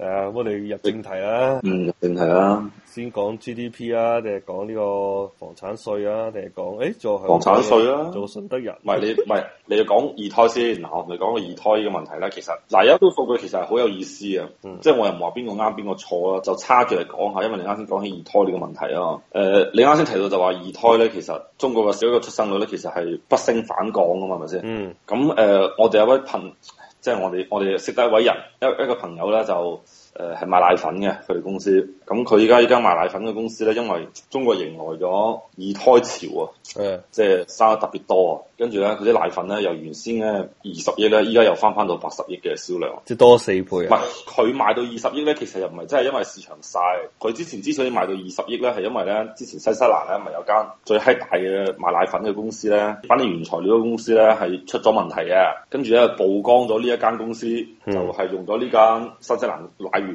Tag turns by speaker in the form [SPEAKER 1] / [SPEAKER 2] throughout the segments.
[SPEAKER 1] 啊入正題啦，
[SPEAKER 2] 嗯，入正題啦。
[SPEAKER 1] 先講 GDP 啊，定係講呢個房產稅啊，定係講誒做
[SPEAKER 3] 房產稅啊
[SPEAKER 1] 做順德人
[SPEAKER 3] 唔係你唔係你要講二胎先，嗱我同你講個二胎嘅問題啦。其實嗱有一堆數據其實係好有意思嘅，
[SPEAKER 1] 嗯
[SPEAKER 3] 即係我又唔話邊個啱邊個錯啊啦，就差住嚟講下，因為你啱先講起二胎呢個問題啊嘛。誒、你啱先提到就話二胎咧，其實中國嘅小一個出生率咧，其實係不升反降噶嘛，係咪先？
[SPEAKER 1] 嗯
[SPEAKER 3] 咁誒、呃我哋有位朋，即係我哋我哋識得一位人，一一個朋友咧就誒係、賣奶粉嘅，佢哋公司。咁佢依家依家賣奶粉嘅公司咧，因為中國迎來咗二胎潮啊，
[SPEAKER 1] 誒
[SPEAKER 3] 即係生得特別多啊。跟住咧，佢啲奶粉咧由原先嘅二十億咧，依家又翻翻到八十億嘅銷量。
[SPEAKER 1] 即係多四倍
[SPEAKER 3] 唔
[SPEAKER 1] 啊
[SPEAKER 3] 係，佢賣到二十億咧，其實又唔係真係因為市場晒。佢之前之所以賣到二十億咧，係因為咧之前新西蘭咧咪有間最閪大嘅賣奶粉嘅公司咧，反正原材料嘅公司咧係出咗問題嘅，跟住咧曝光咗呢一間公司就
[SPEAKER 1] 嗯
[SPEAKER 3] 係用咗呢間新西蘭奶源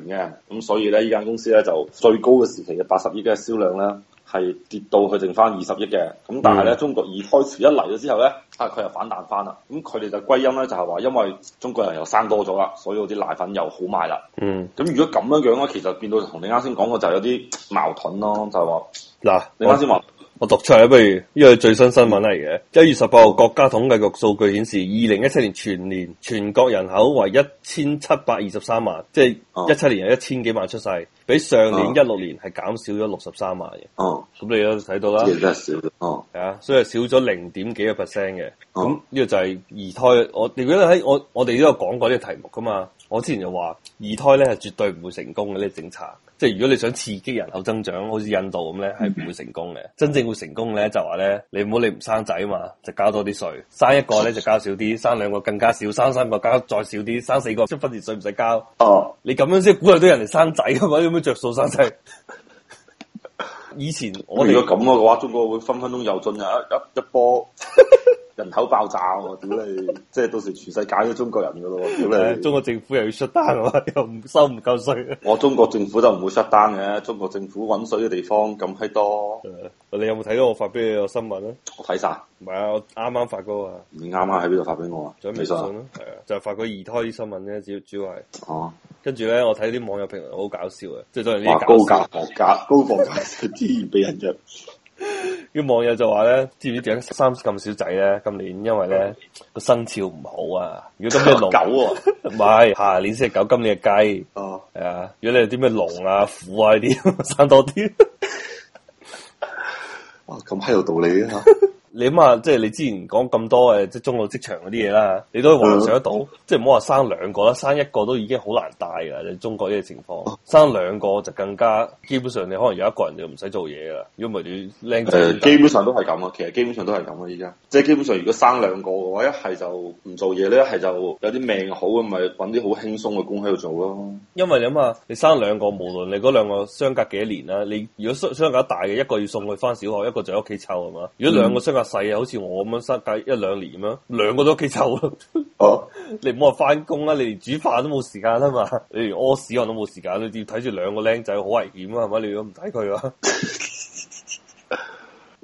[SPEAKER 3] 嘅，咁所以咧呢間公司咧就最高嘅時期嘅八十億嘅銷量咧。係跌到去剩翻二十億嘅，咁但係咧，中國二胎潮一嚟咗之後咧，啊佢又反彈翻啦，咁佢哋就歸因咧就係話，因為中國人又生多咗啦，所以嗰啲奶粉又好賣啦。
[SPEAKER 1] 嗯
[SPEAKER 3] 咁如果咁樣樣咧，其實變到同你啱先講過就有啲矛盾咯，就係話
[SPEAKER 1] 嗱
[SPEAKER 3] 你啱先話
[SPEAKER 1] 我讀出嚟啊，不如呢個係最新新聞嚟嘅。一月十八號，國家統計局數據顯示，二零一七年全年全國人口為一千七百二十三萬，即係一七年有一千幾萬出世，比上年
[SPEAKER 3] 哦
[SPEAKER 1] 一六年係減少咗六十三萬嘅。
[SPEAKER 3] 哦，
[SPEAKER 1] 咁你都睇到啦
[SPEAKER 3] 啲，嘢真係少咗哦，
[SPEAKER 1] 係啊，所以係少咗零點幾個 percent 嘅。
[SPEAKER 3] 哦
[SPEAKER 1] 咁呢個就係二胎。我你記得喺我我哋都有講過呢個題目噶嘛。我之前就話二胎咧係絕對唔會成功嘅呢、個政策。即係如果你想刺激人口增長，好似印度咁咧，係唔會成功嘅。
[SPEAKER 3] 嗯
[SPEAKER 1] 真正會成功咧，就話咧，你唔好你唔生仔嘛，就交多啲税。生一個
[SPEAKER 3] 哦
[SPEAKER 1] 咧就交少啲，生兩個更加少，生三個交再少啲，生四個即係分別税唔使交。
[SPEAKER 3] 哦，
[SPEAKER 1] 你咁樣先鼓勵到人哋生仔噶嘛？有咩着數生仔？以前
[SPEAKER 3] 我
[SPEAKER 1] 我
[SPEAKER 3] 哋
[SPEAKER 1] 哋
[SPEAKER 3] 如果咁嘅話，中國會分分鐘又進入一一一 波人口爆炸喎，屌你，即係到時全世界都中國人噶咯喎，屌
[SPEAKER 1] 誒
[SPEAKER 3] 你。
[SPEAKER 1] 啊中國政府又要 shut down 啊，又唔收唔夠 税。
[SPEAKER 3] 我中國政府就唔會 shut down 嘅，中國政府揾水嘅地方咁閪多，
[SPEAKER 1] 誒呃你有冇睇到我發俾你個新聞啊？
[SPEAKER 3] 我睇晒。
[SPEAKER 1] 唔係啊，我啱啱發嗰個啊，
[SPEAKER 3] 你啱啱喺邊度發俾我啊？
[SPEAKER 1] 仲喺微
[SPEAKER 3] 微
[SPEAKER 1] 信
[SPEAKER 3] 信
[SPEAKER 1] 咯，
[SPEAKER 3] 啊
[SPEAKER 1] 係啊，就係發個二胎啲新聞咧，主要主要係
[SPEAKER 3] 哦，
[SPEAKER 1] 跟住咧，我睇啲網友評論好搞笑啊嘅，即係當然呢
[SPEAKER 3] 哇！
[SPEAKER 1] 啲
[SPEAKER 3] 高
[SPEAKER 1] 搞
[SPEAKER 3] 價
[SPEAKER 1] 笑。
[SPEAKER 3] 房價，高房價 之然俾人約。
[SPEAKER 1] 啲網友就話咧，知唔知點解生咁少仔咧？今年因為咧個生肖唔好啊，如果今 年龍
[SPEAKER 3] 狗啊！
[SPEAKER 1] 唔係下年先係狗，今年係雞。
[SPEAKER 3] 哦，
[SPEAKER 1] 係啊，如果你有啲咩龍啊、虎啊呢啲 生多啲。
[SPEAKER 3] 哇！咁閪有道理 啊！
[SPEAKER 1] 你諗下，即係你之前講咁多誒，即係中老職場嗰啲嘢
[SPEAKER 3] 嗯
[SPEAKER 1] 啦，你都可以幻想得到，即係唔好話生兩個啦，生一個都已經好難帶㗎啦。你中國呢個情
[SPEAKER 3] 哦
[SPEAKER 1] 況，生兩個就更加，基本上你可能有一個人就唔使做嘢㗎啦。如果唔係你僆
[SPEAKER 3] 誒、
[SPEAKER 1] 仔，
[SPEAKER 3] 基本上都係咁啊，其實基本上都係咁啊，依家即係基本上，如果生兩個嘅話，一係就唔做嘢咧，一係就有啲命好咁，咪揾啲好輕鬆嘅工喺度做咯。
[SPEAKER 1] 因為你諗下，你生兩個，無論你嗰兩個相隔幾多年啦，你如果相相隔大嘅，一個要送佢翻小學，一個就喺屋企湊係嘛。如果兩個相隔細啊，好似我咁樣相隔一兩年咁樣，兩個都喺屋企湊咯。
[SPEAKER 3] 哦，
[SPEAKER 1] 你唔好話翻工啦，你連煮飯都冇時間啊嘛，你連屙屎可能都冇時間，你要睇住兩個僆仔好危險啊，係咪？你如果唔睇佢啊，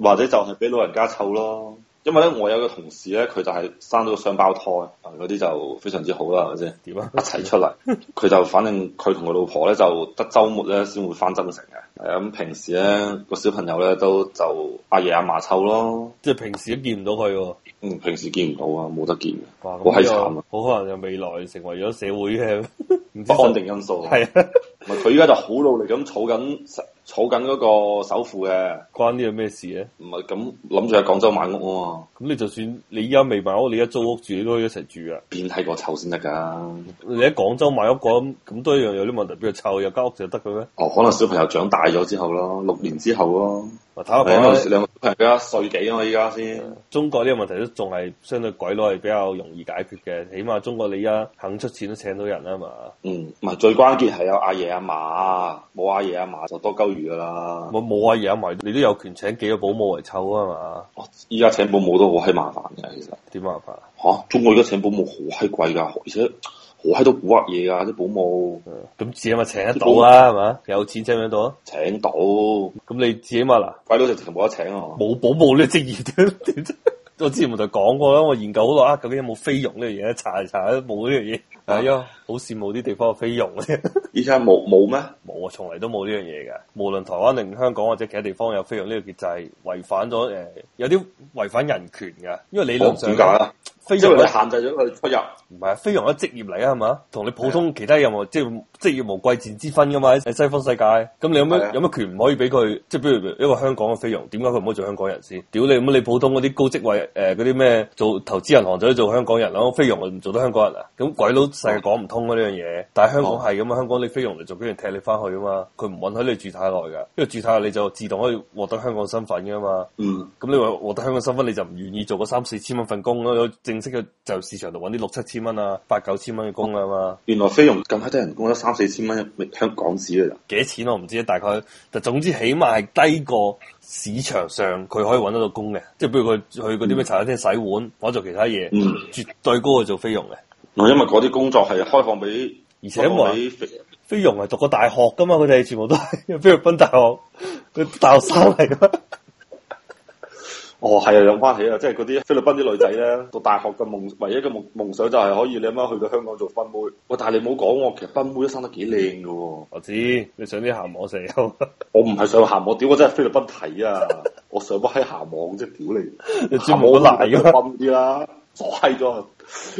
[SPEAKER 3] 或者就係俾老人家湊咯。因為咧，我有個同事咧，佢就係生咗個雙胞胎，啊嗰啲就非常之好啦，係咪先？
[SPEAKER 1] 點啊
[SPEAKER 3] 一？齊出嚟，佢就反正佢同佢老婆咧就得週末咧先會翻增城嘅，係啊咁平時咧個小朋友咧都就阿爺阿嫲湊咯，
[SPEAKER 1] 即係平時都見唔到佢喎，
[SPEAKER 3] 嗯平時見唔到啊，冇得見嘅，
[SPEAKER 1] 哇！咁
[SPEAKER 3] 好閪
[SPEAKER 1] 呢個
[SPEAKER 3] 慘啊，
[SPEAKER 1] 好可能就未來成為咗社會嘅 唔知
[SPEAKER 3] 不安定因素啊，
[SPEAKER 1] 係啊，
[SPEAKER 3] 唔係佢依家就好努力咁儲緊儲緊嗰個首付嘅，
[SPEAKER 1] 關呢個咩事咧？
[SPEAKER 3] 唔係咁諗住喺廣州買屋啊嘛，
[SPEAKER 1] 咁你就算你依家未買屋，你而家租屋住，你都可以一齊住啊！
[SPEAKER 3] 變係個湊先得㗎，
[SPEAKER 1] 你喺廣州買屋咁，咁都一樣有啲問題，邊度湊有間屋就得嘅咩？
[SPEAKER 3] 哦可能小朋友長大咗之後咯，六年之後咯，
[SPEAKER 1] 我坦白
[SPEAKER 3] 係因啊
[SPEAKER 1] 講咧
[SPEAKER 3] 為兩個小朋友而家歲幾啊嘛依家先。
[SPEAKER 1] 中國呢個問題都仲係相對鬼佬係比較容易解決嘅，起碼中國你而家肯出錢都請到人啊嘛。
[SPEAKER 3] 嗯，唔係最關鍵係有阿爺阿嫲，冇阿爺阿嫲就多鳩魚噶啦。
[SPEAKER 1] 我冇啊，而家咪你都有權請幾個保姆嚟湊啊嘛，
[SPEAKER 3] 哇哦依家請保姆都好閪麻煩嘅，其實
[SPEAKER 1] 點麻煩？
[SPEAKER 3] 嚇、中國而家請保姆好閪貴㗎，而且好閪多古惑嘢㗎啲保姆
[SPEAKER 1] 咁至起碼請得到啊啦，係嘛？有錢請唔請到啊？
[SPEAKER 3] 請到，鬼
[SPEAKER 1] 咁你至起碼嗱，
[SPEAKER 3] 佬就直情冇得請啊！
[SPEAKER 1] 冇保姆呢個職業 點啫我之前咪就講過啦，我研究好耐啊，究竟有冇菲傭呢樣嘢？查嚟查去都冇呢樣嘢。係啊，好羨慕啲地方嘅菲傭 咧。
[SPEAKER 3] 依家冇冇咩？
[SPEAKER 1] 冇啊，從嚟都冇呢樣嘢嘅。無論台灣定香港或者其他地方有飛揚呢個結制，違反咗誒、呃有啲違反人權嘅。因為理
[SPEAKER 3] 我
[SPEAKER 1] 論
[SPEAKER 3] 唔
[SPEAKER 1] 上
[SPEAKER 3] 點解啊？
[SPEAKER 1] 飛
[SPEAKER 3] 因
[SPEAKER 1] 揚
[SPEAKER 3] 為你限制咗佢出入，
[SPEAKER 1] 唔係啊飛揚一職業嚟啊，係嘛？同你普通其他任何即係職業無貴賤之分噶嘛？喺西方世界，咁你有
[SPEAKER 3] 係啊
[SPEAKER 1] 咩有咩權唔可以俾佢？即係比如一個香港嘅飛揚，點解佢唔可以做香港人先？屌你咁你普通嗰啲高職位誒嗰啲咩做投資銀行就可以做香港人啦，飛揚我唔做得香港人啊？咁鬼佬世界講唔通啊呢樣嘢，但係香港
[SPEAKER 3] 哦
[SPEAKER 1] 係咁啊，香港你飛揚嚟做，跟住踢你翻去啊嘛，佢唔允許你住太耐噶，因為住太耐你就自動可以獲得香港身份噶嘛。
[SPEAKER 3] 嗯，
[SPEAKER 1] 咁你話獲得香港身份，你就唔願意做嗰三四千蚊份工咯。有正式嘅就市場度揾啲六七千蚊啊、八九千蚊嘅工啊嘛。
[SPEAKER 3] 原來菲傭更加低人工，得三四千蚊一香港紙嚟咋。
[SPEAKER 1] 幾多錢我唔知，大概就總之起碼係低過市場上佢可以揾得到工嘅。即係譬如佢去嗰啲咩茶餐廳洗碗，或者做其他嘢，
[SPEAKER 3] 嗯
[SPEAKER 1] 絕對高過做菲傭嘅。
[SPEAKER 3] 我哦因為嗰啲工作係開放俾，
[SPEAKER 1] 而且話
[SPEAKER 3] 開放俾
[SPEAKER 1] 菲傭係讀過大學噶嘛，佢哋全部都係菲律賓大學，佢大學生嚟噶。
[SPEAKER 3] 哦，係啊，諗翻起啊，即係嗰啲菲律賓啲女仔咧， 讀大學嘅夢，唯一嘅夢夢想就係可以你阿媽去到香港做賓妹。喂，但係你冇講我，其實賓妹都生得幾靚嘅喎。
[SPEAKER 1] 我知你上啲鹹網 成有，
[SPEAKER 3] 我唔係上鹹網，屌我真係菲律賓睇啊！ 我上乜喺鹹網啫，屌你！
[SPEAKER 1] 你專
[SPEAKER 3] 鹹
[SPEAKER 1] 門
[SPEAKER 3] 網
[SPEAKER 1] 嚟
[SPEAKER 3] 嘅
[SPEAKER 1] 噶嘛？
[SPEAKER 3] 賓啲啦，傻閪咗！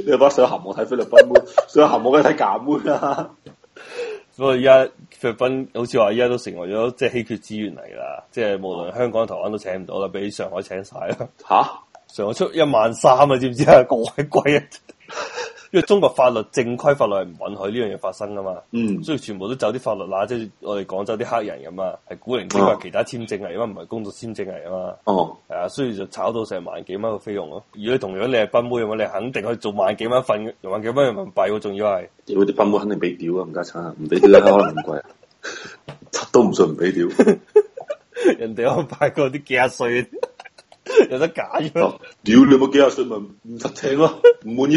[SPEAKER 3] 你阿媽上鹹網睇菲律賓妹，上鹹網梗係睇假妹啦。
[SPEAKER 1] 不過而家菲律賓好似話而家都成為咗即係稀缺資源嚟啦，即係無論香港、台灣都請唔到啦，俾上海請晒啦。
[SPEAKER 3] 吓、
[SPEAKER 1] 上海出一萬三啊，知唔知啊？個位貴啊！ 因為中國法律正規法律係唔允許呢樣嘢發生噶嘛，
[SPEAKER 3] 嗯，
[SPEAKER 1] 所以全部都走啲法律啦，即係我哋廣州啲黑人咁啊，係古靈精怪
[SPEAKER 3] 哦
[SPEAKER 1] 其他簽證嚟啊嘛，唔係工作簽證嚟啊嘛。
[SPEAKER 3] 哦，
[SPEAKER 1] 係啊，所以就炒到成萬幾蚊個菲傭咯。如果同樣你係賓妹嘅話，你肯定可以做萬幾蚊一份，萬幾蚊人民幣喎，仲要係。
[SPEAKER 3] 屌啲賓妹肯定俾屌啊，唔家產，唔俾屌咧可能唔貴，啊七都唔信唔俾屌。
[SPEAKER 1] 人哋我拜過啲幾廿歲， 有得假 嘅。
[SPEAKER 3] 哦屌你冇幾廿歲咪唔出請咯，唔滿意，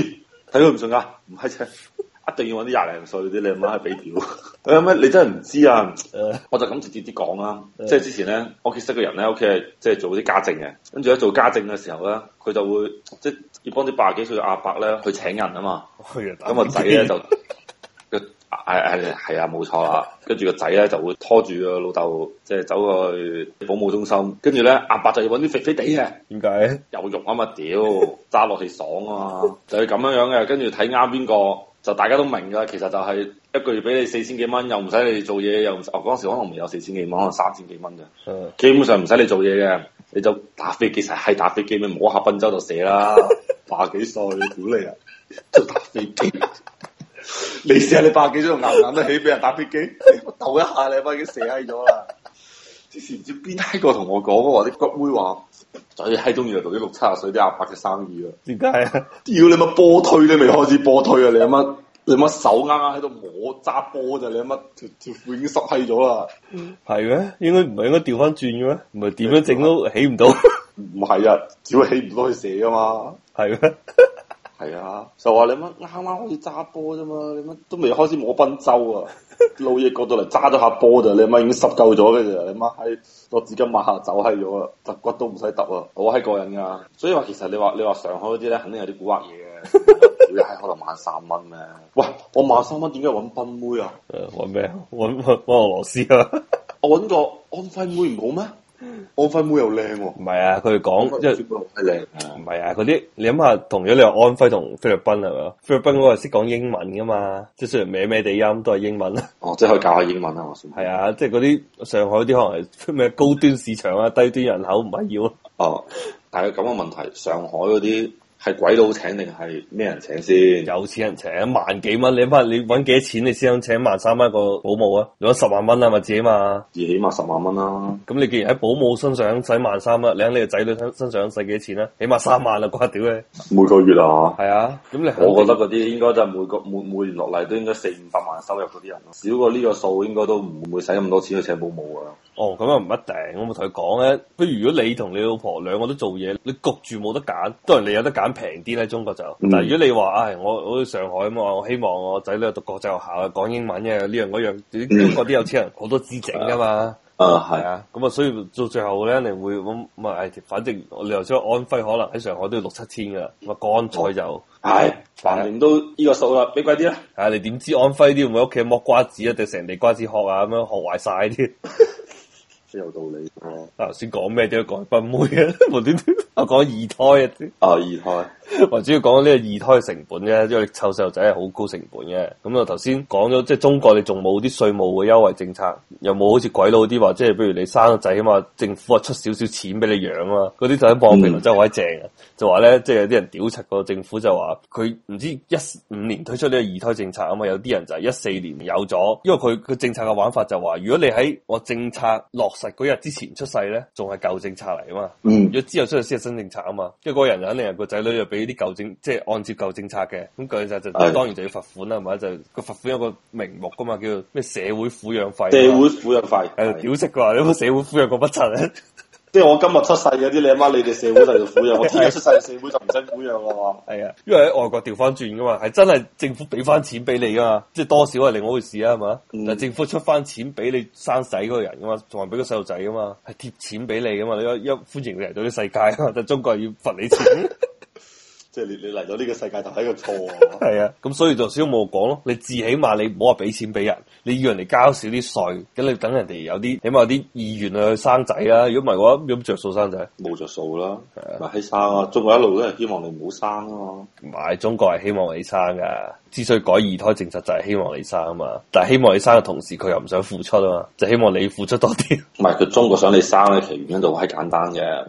[SPEAKER 3] 睇佢唔順眼，唔閪請，一定要揾啲廿零歲啲你阿媽係俾屌。誒咩？你真係唔知啊！
[SPEAKER 1] 誒
[SPEAKER 3] 我就咁直接啲講啦，
[SPEAKER 1] 嗯
[SPEAKER 3] 即係之前咧，我屋企識個人咧，屋企係即係做啲家政嘅，跟住咧做家政嘅時候咧，佢就會即係要幫啲八十幾歲嘅阿伯咧去請人啊嘛，咁
[SPEAKER 1] 咁啊
[SPEAKER 3] 個仔咧就個誒誒係啊冇錯啦，跟住個仔咧就會拖住個老豆即係走過去保姆中心，跟住咧阿伯就要揾啲肥肥地嘅。
[SPEAKER 1] 點解？
[SPEAKER 3] 有肉啊嘛，屌揸落去爽啊嘛，就係咁樣樣嘅，跟住睇啱邊個就大家都明噶，其實就係一個月俾你四千幾蚊，又唔使你做嘢，又唔使，哦嗰陣時可能未有四千幾蚊，可能三千幾蚊嘅，
[SPEAKER 1] 嗯，
[SPEAKER 3] 基本上唔使你做嘢嘅，你就打飛機成日閪打飛機，咪摸下賓州就射啦，八幾歲屌你啊，做打飛機。 你試下你百幾歲仲硬唔硬得起俾人打飛機？我鬥一下你把已經射閪咗啦！之前唔知邊閪個同我講，話啲骨妹話最閪中意就做啲六七十歲啲阿伯嘅生意啊！
[SPEAKER 1] 點解啊？
[SPEAKER 3] 屌你乜波推都未開始波推啊！你阿乜你乜手啱啱喺度摸揸波咋？你阿乜條條褲已經濕閪咗啦！
[SPEAKER 1] 係咩？應該唔係應該調翻轉嘅咩？唔係啊點樣整都起唔到，
[SPEAKER 3] 唔係啊，只會起唔到去射啊嘛！
[SPEAKER 1] 係咩？
[SPEAKER 3] 係啊，就話你乜啱啱開始揸波啫嘛，你乜都未開始摸賓 州啊，老嘢過到嚟揸咗下波咋，你媽已經濕鳩咗嘅咋，你媽喺攞紙巾抹下走閪咗啊，揼骨都唔使揼啊，好閪過癮噶。所以話其實你話你話上海嗰啲咧，肯定有啲古 惑嘢嘅，你閪可能萬三蚊咧。喂，我萬三蚊點解揾賓妹啊？
[SPEAKER 1] 誒揾咩？揾揾揾俄羅斯啊？
[SPEAKER 3] 我揾個安徽妹唔好咩？ 安徽妹又靚喎、
[SPEAKER 1] 唔係啊，佢哋 講即係
[SPEAKER 3] 係係靚啊。
[SPEAKER 1] 唔係啊？嗰啲你諗下，同樣你話安徽同菲律賓係咪？啊菲律賓嗰個係識講英文噶嘛，即係雖然歪歪地音都係英文啦。
[SPEAKER 3] 哦，即係可以教下英文啊，我算。
[SPEAKER 1] 係啊，即係嗰啲上海啲可能係咩高端市場啊，低端人口唔係要。
[SPEAKER 3] 哦，但係咁嘅問題，上海嗰啲係鬼佬請定係咩人請先？
[SPEAKER 1] 有錢人請萬幾蚊，你諗下你揾幾多錢你先肯請萬三蚊個保姆啊？你揾十萬蚊啊嘛自己嘛，
[SPEAKER 3] 而起碼十萬蚊啦。
[SPEAKER 1] 咁你既然喺保姆身上使萬三蚊，你喺你個仔女身身上使幾多錢啊？起碼三萬啦啩，屌你！
[SPEAKER 3] 每個月啊，
[SPEAKER 1] 係啊，咁你
[SPEAKER 3] 我覺
[SPEAKER 1] 得
[SPEAKER 3] 得嗰啲應該就係每個每每年落嚟都應該四五百萬收入嗰啲人咯，少過呢個數應該都唔會使咁多錢去請保姆啊。
[SPEAKER 1] 哦，咁啊唔一定，我咪同佢講咧。不如如果你同你老婆兩個都做嘢，你焗住冇得揀，當然你有得揀平啲咧，中國就。
[SPEAKER 3] 嗯
[SPEAKER 1] 但係如果你話，唉，我好似上海咁啊，我希望我仔女讀國際學校啊，講英文嘅呢樣嗰樣，啲中國啲有錢人好多資整噶嘛。
[SPEAKER 3] 啊
[SPEAKER 1] 係
[SPEAKER 3] 係
[SPEAKER 1] 啊，咁啊，所以到最後咧，你會咁咁啊，唉反正你頭先話安徽可能喺上海都要六七千噶啦，咁啊乾脆就
[SPEAKER 3] 係，反正都呢個數啦，俾貴啲啦。
[SPEAKER 1] 啊，你點知安徽啲會唔會屋企剝瓜子啊，定成地瓜子殼啊咁樣學壞晒啲？
[SPEAKER 3] 有道理哦。
[SPEAKER 1] 啊頭先講咩都要講賓妹啊， 無端端我講二胎啊，
[SPEAKER 3] 啊，二胎
[SPEAKER 1] 我主要講呢個二胎成本啫，因為湊細路仔係好高成本嘅。咁啊我頭先講咗，即係中國你仲冇啲稅務嘅優惠政策，又冇好似鬼佬啲話，即係譬如你生個仔啊嘛，政府啊出少少錢俾你養啊嘛，嗰啲就喺網評論真係好閪正啊！就話咧，即係有啲人屌柒個政府就話佢唔知一五年推出呢個二胎政策啊嘛，有啲人就係一四年有咗，因為佢佢政策嘅玩法就話，如果你喺我政策落實嗰日之前出世咧，仲係舊政策嚟啊嘛。
[SPEAKER 3] 嗯
[SPEAKER 1] 如果之後出去先係新政策啊嘛，跟住嗰個人就肯定係個仔女就俾啲舊政，即係按照舊政策嘅，咁舊政策就
[SPEAKER 3] 係
[SPEAKER 1] 當然就要罰款啦，係咪？就個罰款有個名目噶嘛，叫做咩社會撫養費啊。
[SPEAKER 3] 社會撫養費，
[SPEAKER 1] 誒屌食啩，你有冇社會撫養過不柒咧？
[SPEAKER 3] 即係我今日出世嗰啲，你阿媽你哋社會就要撫養，我聽 日出世社會就唔使撫養啦嘛。
[SPEAKER 1] 係啊，因為喺外國調翻轉噶嘛，係真係政府俾翻錢俾你噶嘛，即係多少係另外一回事啊，係嘛？
[SPEAKER 3] 嗯
[SPEAKER 1] 但係政府出翻錢俾你生仔嗰個人噶嘛，同埋俾個細路仔噶嘛，係貼錢俾你噶嘛，你一一歡迎你嚟到啲世界啊嘛，但係中國係要罰你錢。
[SPEAKER 3] 即係你你嚟到呢個世界就係一個錯啊。
[SPEAKER 1] 系啊，咁所以就小冇講咯。你至起碼你唔好話俾錢俾人，你要人哋交少啲税，咁你等人哋有啲起碼有啲意願去生仔啦。如果唔係嘅話，有乜着數生仔？
[SPEAKER 3] 冇着數啦
[SPEAKER 1] 係啊，
[SPEAKER 3] 咪閪生啊！中國一路都係希望你唔好生啊嘛。
[SPEAKER 1] 唔係，中國係希望你生噶。之所以改二胎政策就係希望你生啊嘛。但係希望你生嘅同時，佢又唔想付出啊嘛，就希望你付出多啲。
[SPEAKER 3] 唔係佢中國想你生咧，其實原因就好閪簡單嘅，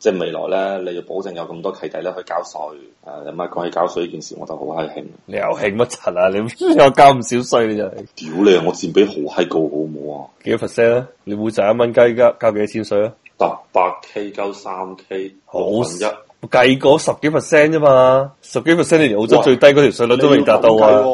[SPEAKER 3] 即係未來咧，你要保證有咁多契弟咧去交稅。誒，你媽講起交稅呢件事，我就好閪興。
[SPEAKER 1] 你又興乜柒啊？你 你又交咁少税，你就係
[SPEAKER 3] 屌你，我佔比好閪高，好唔好啊？
[SPEAKER 1] 幾多 percent 咧？你每賺一蚊雞交交幾多錢税啊？
[SPEAKER 3] 十八 K 交三 K，
[SPEAKER 1] 好
[SPEAKER 3] 六分一。
[SPEAKER 1] 計過十幾 percent 啫嘛，十幾 percent 你連澳洲
[SPEAKER 3] 哇
[SPEAKER 1] 最低嗰條税率都未達到啊！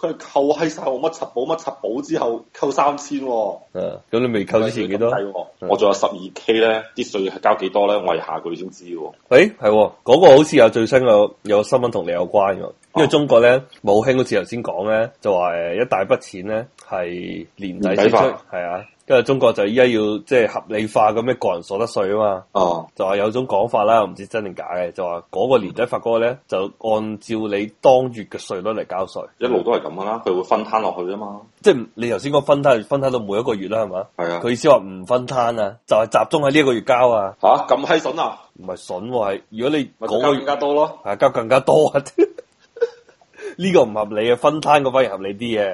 [SPEAKER 3] 佢係扣閪晒我乜七保乜七保之後扣三千喎，
[SPEAKER 1] 誒，咁你未扣之前幾多？
[SPEAKER 3] 計
[SPEAKER 1] 誒，
[SPEAKER 3] 喎我仲有十二 K 咧，啲税係交幾多咧？我係下個月先知喎。
[SPEAKER 1] 係喎，嗰個好似有最新嘅有新聞同你有關嘅，
[SPEAKER 3] 啊
[SPEAKER 1] 因為中國咧冇興好似頭先講咧，就話誒一大筆錢咧係年底先
[SPEAKER 3] 年底
[SPEAKER 1] 出，
[SPEAKER 3] 化
[SPEAKER 1] 係啊，跟住中國就依家要即係合理化咁咩個人所得稅啊嘛。
[SPEAKER 3] 哦，
[SPEAKER 1] 就話有種講法啦，唔知真定假嘅，就話嗰個年底發嗰個咧，就按照你當月嘅稅率嚟交稅，
[SPEAKER 3] 一路都係咁噶啦，佢會分攤落去啊嘛。
[SPEAKER 1] 即係你頭先講分攤，分攤到每一個月啦，係嘛？
[SPEAKER 3] 係啊
[SPEAKER 1] 佢意思話唔分攤啊，就係、集中喺呢一個月交啊，
[SPEAKER 3] 吓咁閪筍啊，
[SPEAKER 1] 唔係筍喎，係如果你
[SPEAKER 3] 咪
[SPEAKER 1] 嗰
[SPEAKER 3] 交
[SPEAKER 1] 個
[SPEAKER 3] 更
[SPEAKER 1] 月
[SPEAKER 3] 加多咯。
[SPEAKER 1] 係交更加多啊！ 呢個唔合理啊，分攤嗰反而合理啲嘅，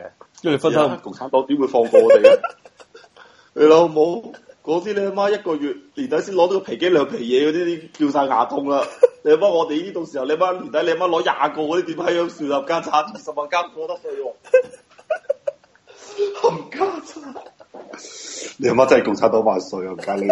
[SPEAKER 1] 因為你分攤
[SPEAKER 3] 呀共產黨點會放過我哋啊？你老母嗰啲你阿媽一個月年底先攞到個皮幾兩皮嘢嗰啲，叫晒牙痛啦！你阿媽我哋呢啲到時候你阿媽年底你阿媽攞廿個嗰啲點閪樣算啊？冚家產二十萬加過得去喎！冚家產！你阿媽真係共產黨萬歲啊！唔該你。